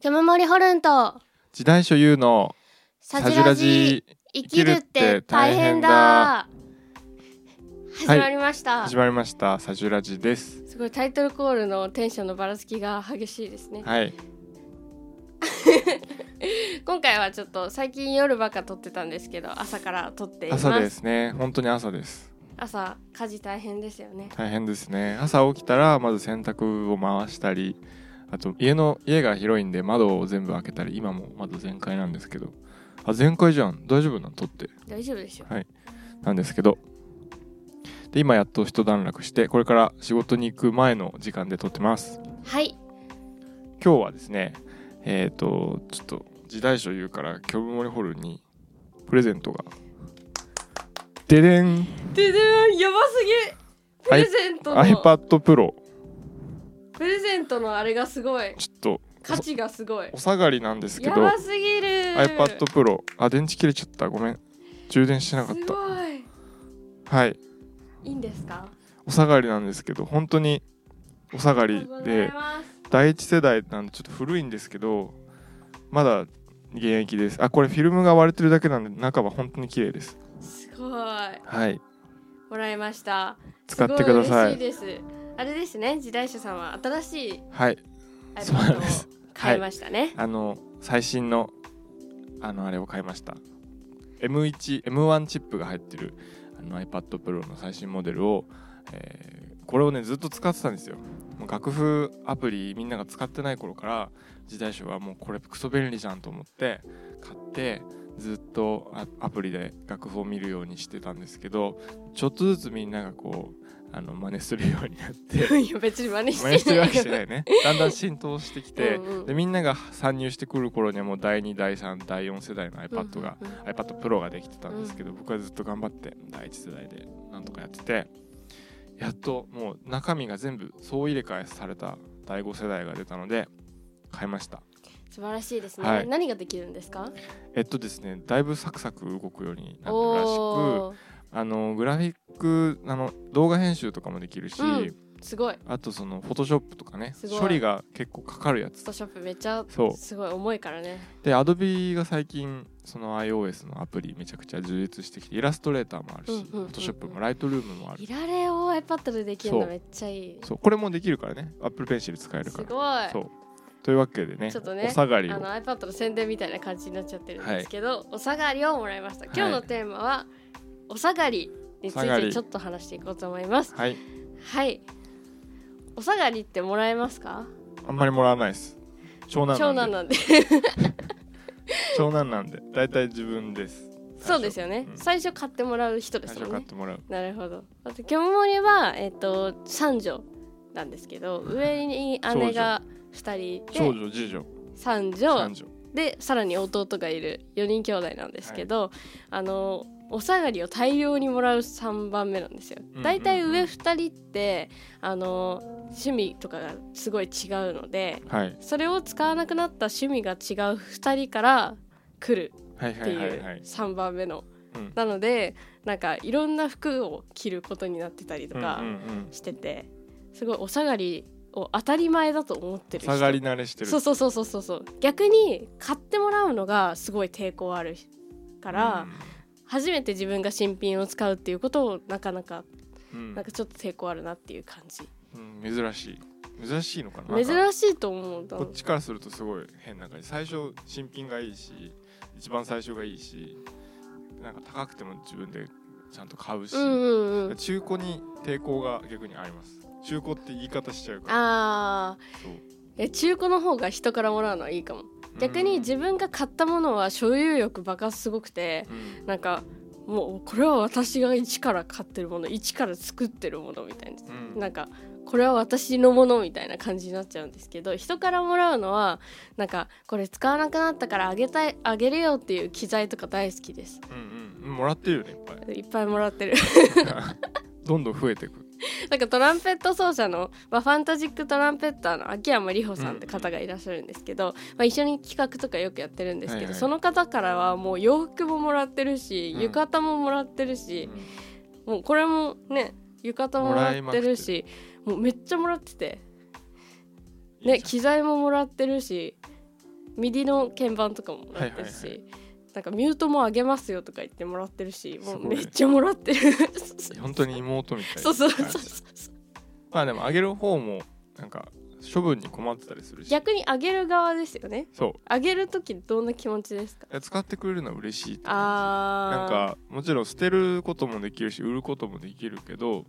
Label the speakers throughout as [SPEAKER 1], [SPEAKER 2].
[SPEAKER 1] キャムモリホルンと
[SPEAKER 2] 時代所有の
[SPEAKER 1] サジラジ生きるって大変だ
[SPEAKER 2] きるって大変だ
[SPEAKER 1] 始まりました、
[SPEAKER 2] 始まりましたサジュラジです
[SPEAKER 1] すごいタイトルコールのテンションのばらつきが激しいですね、
[SPEAKER 2] はい
[SPEAKER 1] 今回はちょっと最近夜ばっか撮ってたんですけど朝から撮っています
[SPEAKER 2] 朝ですね本当に朝です
[SPEAKER 1] 朝家事大変ですよね
[SPEAKER 2] 大変ですね朝起きたらまず洗濯を回したりあと家の家が広いんで窓を全部開けたり今も窓全開なんですけどあ全開じゃん大丈夫なの取って
[SPEAKER 1] 大丈夫でしょ
[SPEAKER 2] なんですけどで今やっと一段落してこれから仕事に行く前の時間で撮ってます
[SPEAKER 1] はい
[SPEAKER 2] 今日はですねえっ、とちょっと時代所言うからキョブモリホルンにプレゼントがででん
[SPEAKER 1] ででんやばすぎプ
[SPEAKER 2] アイ
[SPEAKER 1] レゼントの
[SPEAKER 2] iPad Pro
[SPEAKER 1] プレゼントのあれがすごい
[SPEAKER 2] ちょっと
[SPEAKER 1] 価値がすごい
[SPEAKER 2] お下がりなんですけ
[SPEAKER 1] や
[SPEAKER 2] ど
[SPEAKER 1] ばすぎる
[SPEAKER 2] iPad Pro あ電池切れちゃったごめん充電してなかっ
[SPEAKER 1] す
[SPEAKER 2] た
[SPEAKER 1] ごい
[SPEAKER 2] はい
[SPEAKER 1] いいんですか
[SPEAKER 2] お下がりなんですけど本当にお下が
[SPEAKER 1] ありが
[SPEAKER 2] り
[SPEAKER 1] とうござい
[SPEAKER 2] で
[SPEAKER 1] ます
[SPEAKER 2] 第一世代なんでちょっと古いんですけどまだ現役ですあこれフィルムが割れてるだけなんで中は本当に綺麗です
[SPEAKER 1] すごい
[SPEAKER 2] はい
[SPEAKER 1] もらいました
[SPEAKER 2] 使ってください
[SPEAKER 1] すごい嬉しいですあれですね時代者さんは新しい
[SPEAKER 2] はいそうなん
[SPEAKER 1] iPad を
[SPEAKER 2] です
[SPEAKER 1] 買いましたね、
[SPEAKER 2] あの最新のあのあれを買いました M1M1 チップが入ってるあの iPad Pro の最新モデルを、えーこれをねずっと使ってたんですよもう楽譜アプリみんなが使ってない頃から時代書はもうこれクソ便利じゃんと思って買ってずっとあアプリで楽譜を見るようにしてたんですけどちょっとずつみんながこうあの真似するようになって
[SPEAKER 1] いや別に真似して
[SPEAKER 2] 真
[SPEAKER 1] ない
[SPEAKER 2] 似してるわけじゃな いねだんだん浸透してきて
[SPEAKER 1] うんうん
[SPEAKER 2] でみんなが参入してくる頃にはもう第2第3第4世代の iPad が、
[SPEAKER 1] うんうん
[SPEAKER 2] iPad Pro ができてたんですけど、僕はずっと頑張って第1世代でなんとかやっててやっともう中身が全部総入れ替えされた第5世代が出たので買いました
[SPEAKER 1] 素晴らしいですね、
[SPEAKER 2] はい
[SPEAKER 1] 何ができるんですか
[SPEAKER 2] えっとですねだいぶサクサク動くようになってるらしく
[SPEAKER 1] おー
[SPEAKER 2] あのグラフィックあの動画編集とかもできるし、
[SPEAKER 1] うんすごい
[SPEAKER 2] あとそのフォトショップとかね
[SPEAKER 1] すごい
[SPEAKER 2] 処理が結構かかるやつ
[SPEAKER 1] フォトショップめっちゃ
[SPEAKER 2] そう
[SPEAKER 1] すごい重いからね
[SPEAKER 2] で Adobe が最近その iOS のアプリめちゃくちゃ充実してきてイラストレーターもあるし、
[SPEAKER 1] うんうんうんうん
[SPEAKER 2] Photoshop も Lightroom もある
[SPEAKER 1] いられを iPad でできるの
[SPEAKER 2] そう
[SPEAKER 1] めっちゃいい
[SPEAKER 2] そうこれもできるからね Apple Pencil 使える
[SPEAKER 1] す
[SPEAKER 2] か
[SPEAKER 1] ご
[SPEAKER 2] ら
[SPEAKER 1] い
[SPEAKER 2] そうというわけでね
[SPEAKER 1] ちょっとね
[SPEAKER 2] お下がり
[SPEAKER 1] あ
[SPEAKER 2] を
[SPEAKER 1] の iPad の宣伝みたいな感じになっちゃってるんですけど、お下がりをもらいました
[SPEAKER 2] はい
[SPEAKER 1] 今日のテーマは、お下がりにつ
[SPEAKER 2] お下が
[SPEAKER 1] いて
[SPEAKER 2] り
[SPEAKER 1] ちょっと話していこうと思います
[SPEAKER 2] はい
[SPEAKER 1] はいお下がりってもらえますか
[SPEAKER 2] あんまりもらわないです長男
[SPEAKER 1] 長
[SPEAKER 2] なん
[SPEAKER 1] 男
[SPEAKER 2] で
[SPEAKER 1] なん で
[SPEAKER 2] 長男なんで大体自分です
[SPEAKER 1] そうですよね、
[SPEAKER 2] うん
[SPEAKER 1] 最初買ってもらう人で
[SPEAKER 2] 最
[SPEAKER 1] す
[SPEAKER 2] 初
[SPEAKER 1] よ
[SPEAKER 2] 買っ
[SPEAKER 1] ね
[SPEAKER 2] てもらう
[SPEAKER 1] なるほどあとキョモモリはえっ、と三女なんですけど上に姉が二人
[SPEAKER 2] 長
[SPEAKER 1] で
[SPEAKER 2] 女次女
[SPEAKER 1] 三女
[SPEAKER 2] 三女
[SPEAKER 1] でさらに弟がいる4人兄弟なんですけど、あのお下がりを大量にもらう3番目なんですよ
[SPEAKER 2] うん。
[SPEAKER 1] だいたい上2人ってあの趣味とかがすごい違うので
[SPEAKER 2] はい
[SPEAKER 1] それを使わなくなった趣味が違う2人から来る
[SPEAKER 2] はい
[SPEAKER 1] っ
[SPEAKER 2] は
[SPEAKER 1] て
[SPEAKER 2] い
[SPEAKER 1] い
[SPEAKER 2] はいうはい
[SPEAKER 1] 3番目の。
[SPEAKER 2] うん
[SPEAKER 1] なのでなんかいろんな服を着ることになってたりとか
[SPEAKER 2] うんうんうん
[SPEAKER 1] しててすごいお下がりを当たり前だと思って
[SPEAKER 2] お
[SPEAKER 1] る
[SPEAKER 2] 下
[SPEAKER 1] 人
[SPEAKER 2] がり慣れしてる
[SPEAKER 1] そうそうそうそうそうそう逆に買ってもらうのがすごい抵抗あるから、初めて自分が新品を使うっていうことをなかなか
[SPEAKER 2] うんうん
[SPEAKER 1] なんかちょっと抵抗あるなっていう感じ
[SPEAKER 2] うん珍しい珍しいのかななんか
[SPEAKER 1] 珍しいと思う
[SPEAKER 2] こっちからするとすごい変な感じ最初新品がいいし一番最初がいいしなんか高くても自分でちゃんと買うし、
[SPEAKER 1] うんうんうん
[SPEAKER 2] 中古に抵抗が逆にあります中古って言い方しちゃうから
[SPEAKER 1] あー
[SPEAKER 2] そう
[SPEAKER 1] え中古の方が人からもらうのはいいかも逆に自分が買ったものは所有欲爆発すごくて
[SPEAKER 2] うんうん
[SPEAKER 1] なんかもうこれは私が一から買ってるもの一から作ってるものみたいな
[SPEAKER 2] うん
[SPEAKER 1] なんかこれは私のものみたいな感じになっちゃうんですけど人からもらうのはなんかこれ使わなくなったからあげたいあげるよっていう機材とか大好きです
[SPEAKER 2] うんうんもらってるよね いっぱ
[SPEAKER 1] いっぱいもらってる
[SPEAKER 2] いどんどん増えてく
[SPEAKER 1] なんかトランペット奏者の、まあ、ファンタジックトランペッターの秋山里穂さんって方がいらっしゃるんですけど、まあ、一緒に企画とかよくやってるんですけど、
[SPEAKER 2] はいはい
[SPEAKER 1] その方からはもう洋服ももらってるし
[SPEAKER 2] うん
[SPEAKER 1] 浴衣ももらってるし、もうこれもね浴衣もらってるしもうめっちゃもらっててね、機材ももらってるしミディの鍵盤とかももらってるし、
[SPEAKER 2] はいはい
[SPEAKER 1] なんかミュートも上げますよとか言ってもらってるしも
[SPEAKER 2] す
[SPEAKER 1] う
[SPEAKER 2] ごい
[SPEAKER 1] めっちゃもらってる
[SPEAKER 2] 本当に妹みたいな
[SPEAKER 1] そうそうそうそう
[SPEAKER 2] まあでもあげる方もなんか処分に困ってたりするし
[SPEAKER 1] 逆に上げる側ですよね
[SPEAKER 2] そう
[SPEAKER 1] 上げる時どんな気持ちですか
[SPEAKER 2] え使ってくれるのは嬉しいって感じなん
[SPEAKER 1] あ
[SPEAKER 2] かもちろん捨てることもできるし売ることもできるけど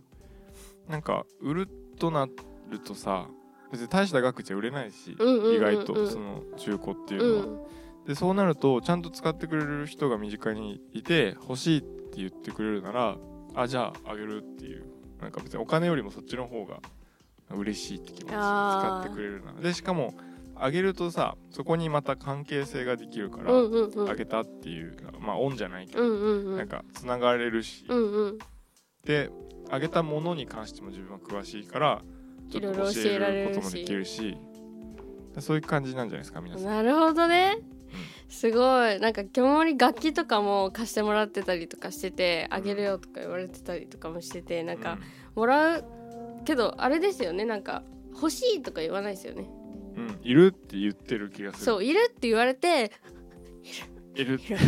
[SPEAKER 2] なんか売るとなるとさ別に大した額じゃ売れないし、
[SPEAKER 1] うんうんうんうん
[SPEAKER 2] 意外とその中古っていう
[SPEAKER 1] ー
[SPEAKER 2] の
[SPEAKER 1] う
[SPEAKER 2] は、
[SPEAKER 1] ん
[SPEAKER 2] でそうなるとちゃんと使ってくれる人が身近にいて欲しいって言ってくれるならあじゃああげるっていうなんか別にお金よりもそっちの方が嬉しいって気持ち使
[SPEAKER 1] あー
[SPEAKER 2] ってくれるならでしかもあげるとさそこにまた関係性ができるから、
[SPEAKER 1] うんうんうん
[SPEAKER 2] あげたっていうかまあオンじゃないけど、
[SPEAKER 1] うんうんう
[SPEAKER 2] なん
[SPEAKER 1] ん
[SPEAKER 2] かつながれるし、
[SPEAKER 1] うんうん
[SPEAKER 2] であげたものに関しても自分は詳しいからちょっと
[SPEAKER 1] いろいろ
[SPEAKER 2] 教
[SPEAKER 1] 教えら
[SPEAKER 2] え
[SPEAKER 1] れ
[SPEAKER 2] る
[SPEAKER 1] る
[SPEAKER 2] こ
[SPEAKER 1] し
[SPEAKER 2] ともできるしそういう感じなんじゃないですか皆さん。
[SPEAKER 1] なるほどねすごいなんか今日に楽器とかも貸してもらってたりとかしててあげるよとか言われてたりとかもしててなんかもらうけどあれですよねなんか欲しいとか言わないですよね
[SPEAKER 2] うん、うんいるって言ってる気がする。
[SPEAKER 1] そういるって言われて
[SPEAKER 2] いる って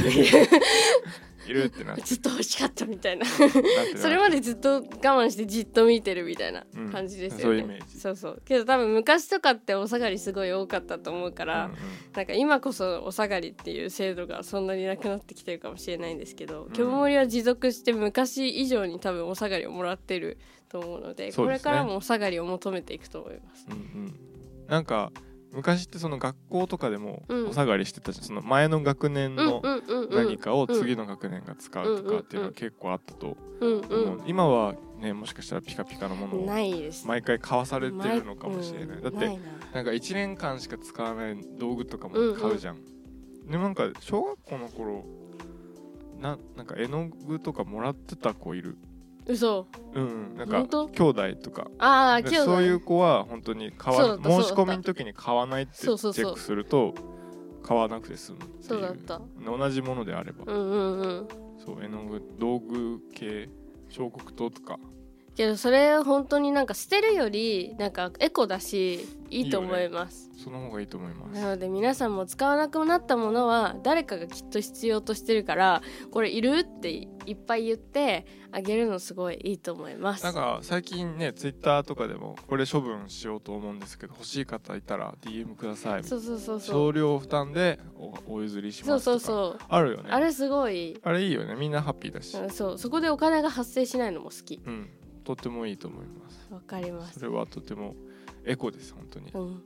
[SPEAKER 2] いるってなって
[SPEAKER 1] ずっと欲しかったみたい な
[SPEAKER 2] なってる
[SPEAKER 1] それまでずっと我慢してじっと見てるみたいな
[SPEAKER 2] うん
[SPEAKER 1] 感じですよね、
[SPEAKER 2] そういうイメージ
[SPEAKER 1] そうそうけど多分昔とかってお下がりすごい多かったと思うか
[SPEAKER 2] う
[SPEAKER 1] ら、
[SPEAKER 2] ん
[SPEAKER 1] なんか今こそお下がりっていう制度がそんなになくなってきてるかもしれないんですけど、
[SPEAKER 2] ん
[SPEAKER 1] 今日森は持続して昔以上に多分お下がりをもらってると思うので
[SPEAKER 2] そうですね
[SPEAKER 1] これからもお下がりを求めていくと思います。
[SPEAKER 2] うんうんうんなんか昔ってその学校とかでも
[SPEAKER 1] うん
[SPEAKER 2] お下がりしてたし、その前の学年
[SPEAKER 1] うん
[SPEAKER 2] の
[SPEAKER 1] うんうんうん
[SPEAKER 2] 何かを次の学年が使うとかっていうのは結構あったと
[SPEAKER 1] うん
[SPEAKER 2] 思う、今はねもしかしたらピカピカのもの
[SPEAKER 1] うん
[SPEAKER 2] を
[SPEAKER 1] ないです
[SPEAKER 2] 毎回買わされてるのかもしれない、
[SPEAKER 1] うん
[SPEAKER 2] だって
[SPEAKER 1] ないな
[SPEAKER 2] なんか1年間しか使わない道具とかも買うじゃん、でもなんか小学校の頃ななんか絵の具とかもらってた子いる
[SPEAKER 1] 嘘
[SPEAKER 2] うん、なん
[SPEAKER 1] 本
[SPEAKER 2] か
[SPEAKER 1] 当
[SPEAKER 2] 兄弟とか
[SPEAKER 1] ああ
[SPEAKER 2] で
[SPEAKER 1] 今日だ
[SPEAKER 2] そういう子は本当に買
[SPEAKER 1] そうだ
[SPEAKER 2] わ
[SPEAKER 1] ったそうだ
[SPEAKER 2] 申
[SPEAKER 1] った
[SPEAKER 2] し込みの時に買わないってチ
[SPEAKER 1] そ
[SPEAKER 2] ェ
[SPEAKER 1] うそうそう
[SPEAKER 2] ックすると買わなくて済むっていう
[SPEAKER 1] そうだった
[SPEAKER 2] 同じものであれば、
[SPEAKER 1] うんうんうん
[SPEAKER 2] そう絵の具道具系彫刻刀とか
[SPEAKER 1] けどそれ本当になんか捨てるよりなんかエコだしいいと思います
[SPEAKER 2] その方がいいと思います
[SPEAKER 1] なので皆さんも使わなくなったものは誰かがきっと必要としてるからこれいるっていっぱい言ってあげるのすごいいいと思います
[SPEAKER 2] なんか最近ねツイッターとかでもこれ処分しようと思うんですけど欲しい方いたら DM ください
[SPEAKER 1] そうそうそうそ
[SPEAKER 2] 少
[SPEAKER 1] う
[SPEAKER 2] 量負担でおお譲りし
[SPEAKER 1] そ
[SPEAKER 2] ま
[SPEAKER 1] う
[SPEAKER 2] すと
[SPEAKER 1] そ
[SPEAKER 2] か
[SPEAKER 1] うそう
[SPEAKER 2] あるよね
[SPEAKER 1] あれすごい、
[SPEAKER 2] あれいいよねみんなハッピーだし、
[SPEAKER 1] うん、そうそこでお金が発生しないのも好き
[SPEAKER 2] うん、とてもいいと思います
[SPEAKER 1] わかります
[SPEAKER 2] それはとてもエコです本当に
[SPEAKER 1] うん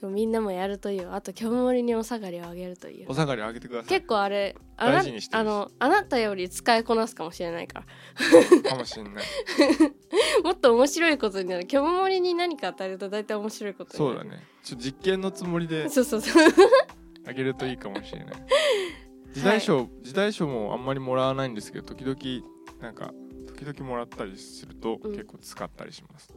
[SPEAKER 1] でもみんなもやるといいよあと今日森にお下がりをあげるといいよ
[SPEAKER 2] お下がりあげてください
[SPEAKER 1] 結構あれあな
[SPEAKER 2] 大事にしてる
[SPEAKER 1] あ
[SPEAKER 2] し
[SPEAKER 1] のあなたより使いこなすかもしれないから
[SPEAKER 2] かもしれない
[SPEAKER 1] もっと面白いことになる今日森に何か与えると大体面白いことに
[SPEAKER 2] そう
[SPEAKER 1] なる
[SPEAKER 2] だねちょ実験のつもりで
[SPEAKER 1] そうそうそう
[SPEAKER 2] あげるといいかもしれない時代賞、時代賞もあんまりもらわないんですけど時々なんか時々もらったりすると
[SPEAKER 1] うん
[SPEAKER 2] 結構使ったりします、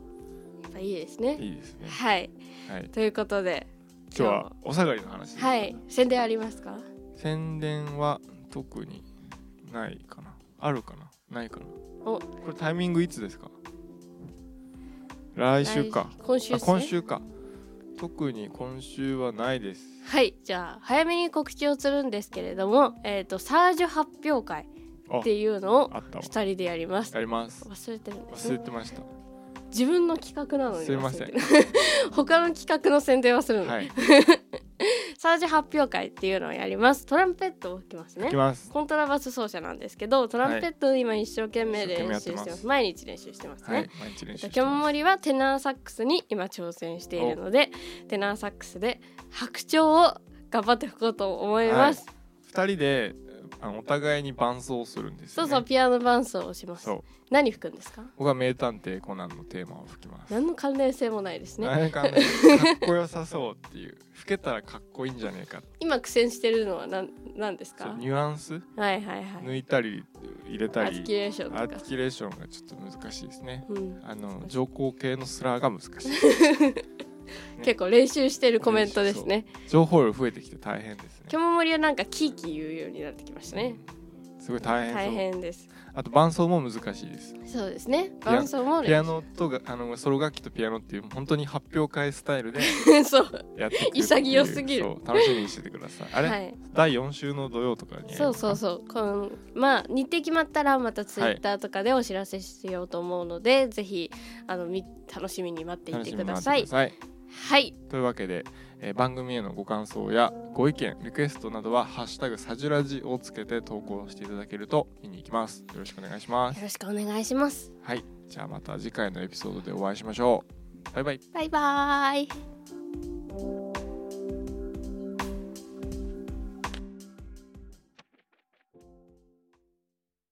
[SPEAKER 1] いいですね。
[SPEAKER 2] いいですね
[SPEAKER 1] はい、
[SPEAKER 2] はい
[SPEAKER 1] ということで、
[SPEAKER 2] 今日はお下がりの話です
[SPEAKER 1] はい、宣伝ありますか？
[SPEAKER 2] 宣伝は特にないかなあるかなないかな
[SPEAKER 1] お
[SPEAKER 2] これタイミングいつですか来週か
[SPEAKER 1] 来。今週
[SPEAKER 2] あ
[SPEAKER 1] ですね
[SPEAKER 2] 今週か特に今週はないです
[SPEAKER 1] はい、じゃあ早めに告知をするんですけれども、えっ、とサージュ発表会
[SPEAKER 2] あ
[SPEAKER 1] っていうのを
[SPEAKER 2] あったわ
[SPEAKER 1] 二人でやります。
[SPEAKER 2] やります
[SPEAKER 1] 忘れてるんです、
[SPEAKER 2] 忘
[SPEAKER 1] ね
[SPEAKER 2] れ。てました
[SPEAKER 1] 自分の企画なのに
[SPEAKER 2] すいません
[SPEAKER 1] 忘れてる 他の企画の宣伝はするの。
[SPEAKER 2] はい
[SPEAKER 1] サージュ発表会っていうのをやります。トランペットを吹きますね
[SPEAKER 2] 行き。ます
[SPEAKER 1] コントラバス奏者なんですけど、トランペットを今一生懸命練習して
[SPEAKER 2] 一生懸命や
[SPEAKER 1] ます。
[SPEAKER 2] ってます
[SPEAKER 1] 毎日練習してますね。
[SPEAKER 2] はい毎日練習して
[SPEAKER 1] 今日
[SPEAKER 2] ます
[SPEAKER 1] 森はテナーサックスに今挑戦しているのでテナーサックスで白鳥を頑張って吹こうと思います、
[SPEAKER 2] 二人であのお互いに伴奏するんです
[SPEAKER 1] そ
[SPEAKER 2] よ
[SPEAKER 1] う
[SPEAKER 2] ね
[SPEAKER 1] そうピアノ伴奏をします
[SPEAKER 2] そう
[SPEAKER 1] 何吹くんですか
[SPEAKER 2] 僕は名探偵コナンのテーマを吹きます
[SPEAKER 1] 何の関連性もないですね
[SPEAKER 2] なんかねかっこよさそうっていう 吹けたらかっこいいんじゃねえかって
[SPEAKER 1] 今苦戦してるのは何何です
[SPEAKER 2] そう
[SPEAKER 1] か
[SPEAKER 2] ニュアンス
[SPEAKER 1] はいはいはい
[SPEAKER 2] 抜いたり入れた
[SPEAKER 1] ア
[SPEAKER 2] り
[SPEAKER 1] ーキレーション
[SPEAKER 2] ア
[SPEAKER 1] と
[SPEAKER 2] ー
[SPEAKER 1] か
[SPEAKER 2] ティキュレーションがちょっと難しいですね
[SPEAKER 1] うん、
[SPEAKER 2] あ
[SPEAKER 1] そう
[SPEAKER 2] の
[SPEAKER 1] です
[SPEAKER 2] 情報系のスラーが難しい
[SPEAKER 1] 結構練習してるコメントですね
[SPEAKER 2] 情報量増えてきて大変ですね
[SPEAKER 1] 今日森はなんかキーキー言うようになってきましたね
[SPEAKER 2] すごい大変そう
[SPEAKER 1] 大変です
[SPEAKER 2] あと伴奏も難しいです
[SPEAKER 1] そうですね
[SPEAKER 2] アノ
[SPEAKER 1] 伴奏も
[SPEAKER 2] ピアノとがあのソロ楽器とピアノっていう本当に発表会スタイルで
[SPEAKER 1] そう
[SPEAKER 2] やっていくっていう
[SPEAKER 1] 潔すぎる
[SPEAKER 2] そう楽しみにしててくださいあれ、
[SPEAKER 1] はい
[SPEAKER 2] 第4週の土曜とかにやりますか
[SPEAKER 1] そうそうそうこのまあ日程決まったらまたツイッターとかでお知らせしようと思うので、ぜひあのみ楽しみに待ってい
[SPEAKER 2] 楽
[SPEAKER 1] て
[SPEAKER 2] しみ
[SPEAKER 1] く
[SPEAKER 2] に
[SPEAKER 1] だ
[SPEAKER 2] 待
[SPEAKER 1] さ
[SPEAKER 2] って
[SPEAKER 1] い
[SPEAKER 2] ください
[SPEAKER 1] はい
[SPEAKER 2] というわけで、えー番組へのご感想やご意見リクエストなどは「ハッシュタグサジュラジ」をつけて投稿していただけると見に行きますよろしくお願いします
[SPEAKER 1] よろしくお願いします
[SPEAKER 2] はいじゃあまた次回のエピソードでお会いしましょうバイバイ
[SPEAKER 1] バイバーイ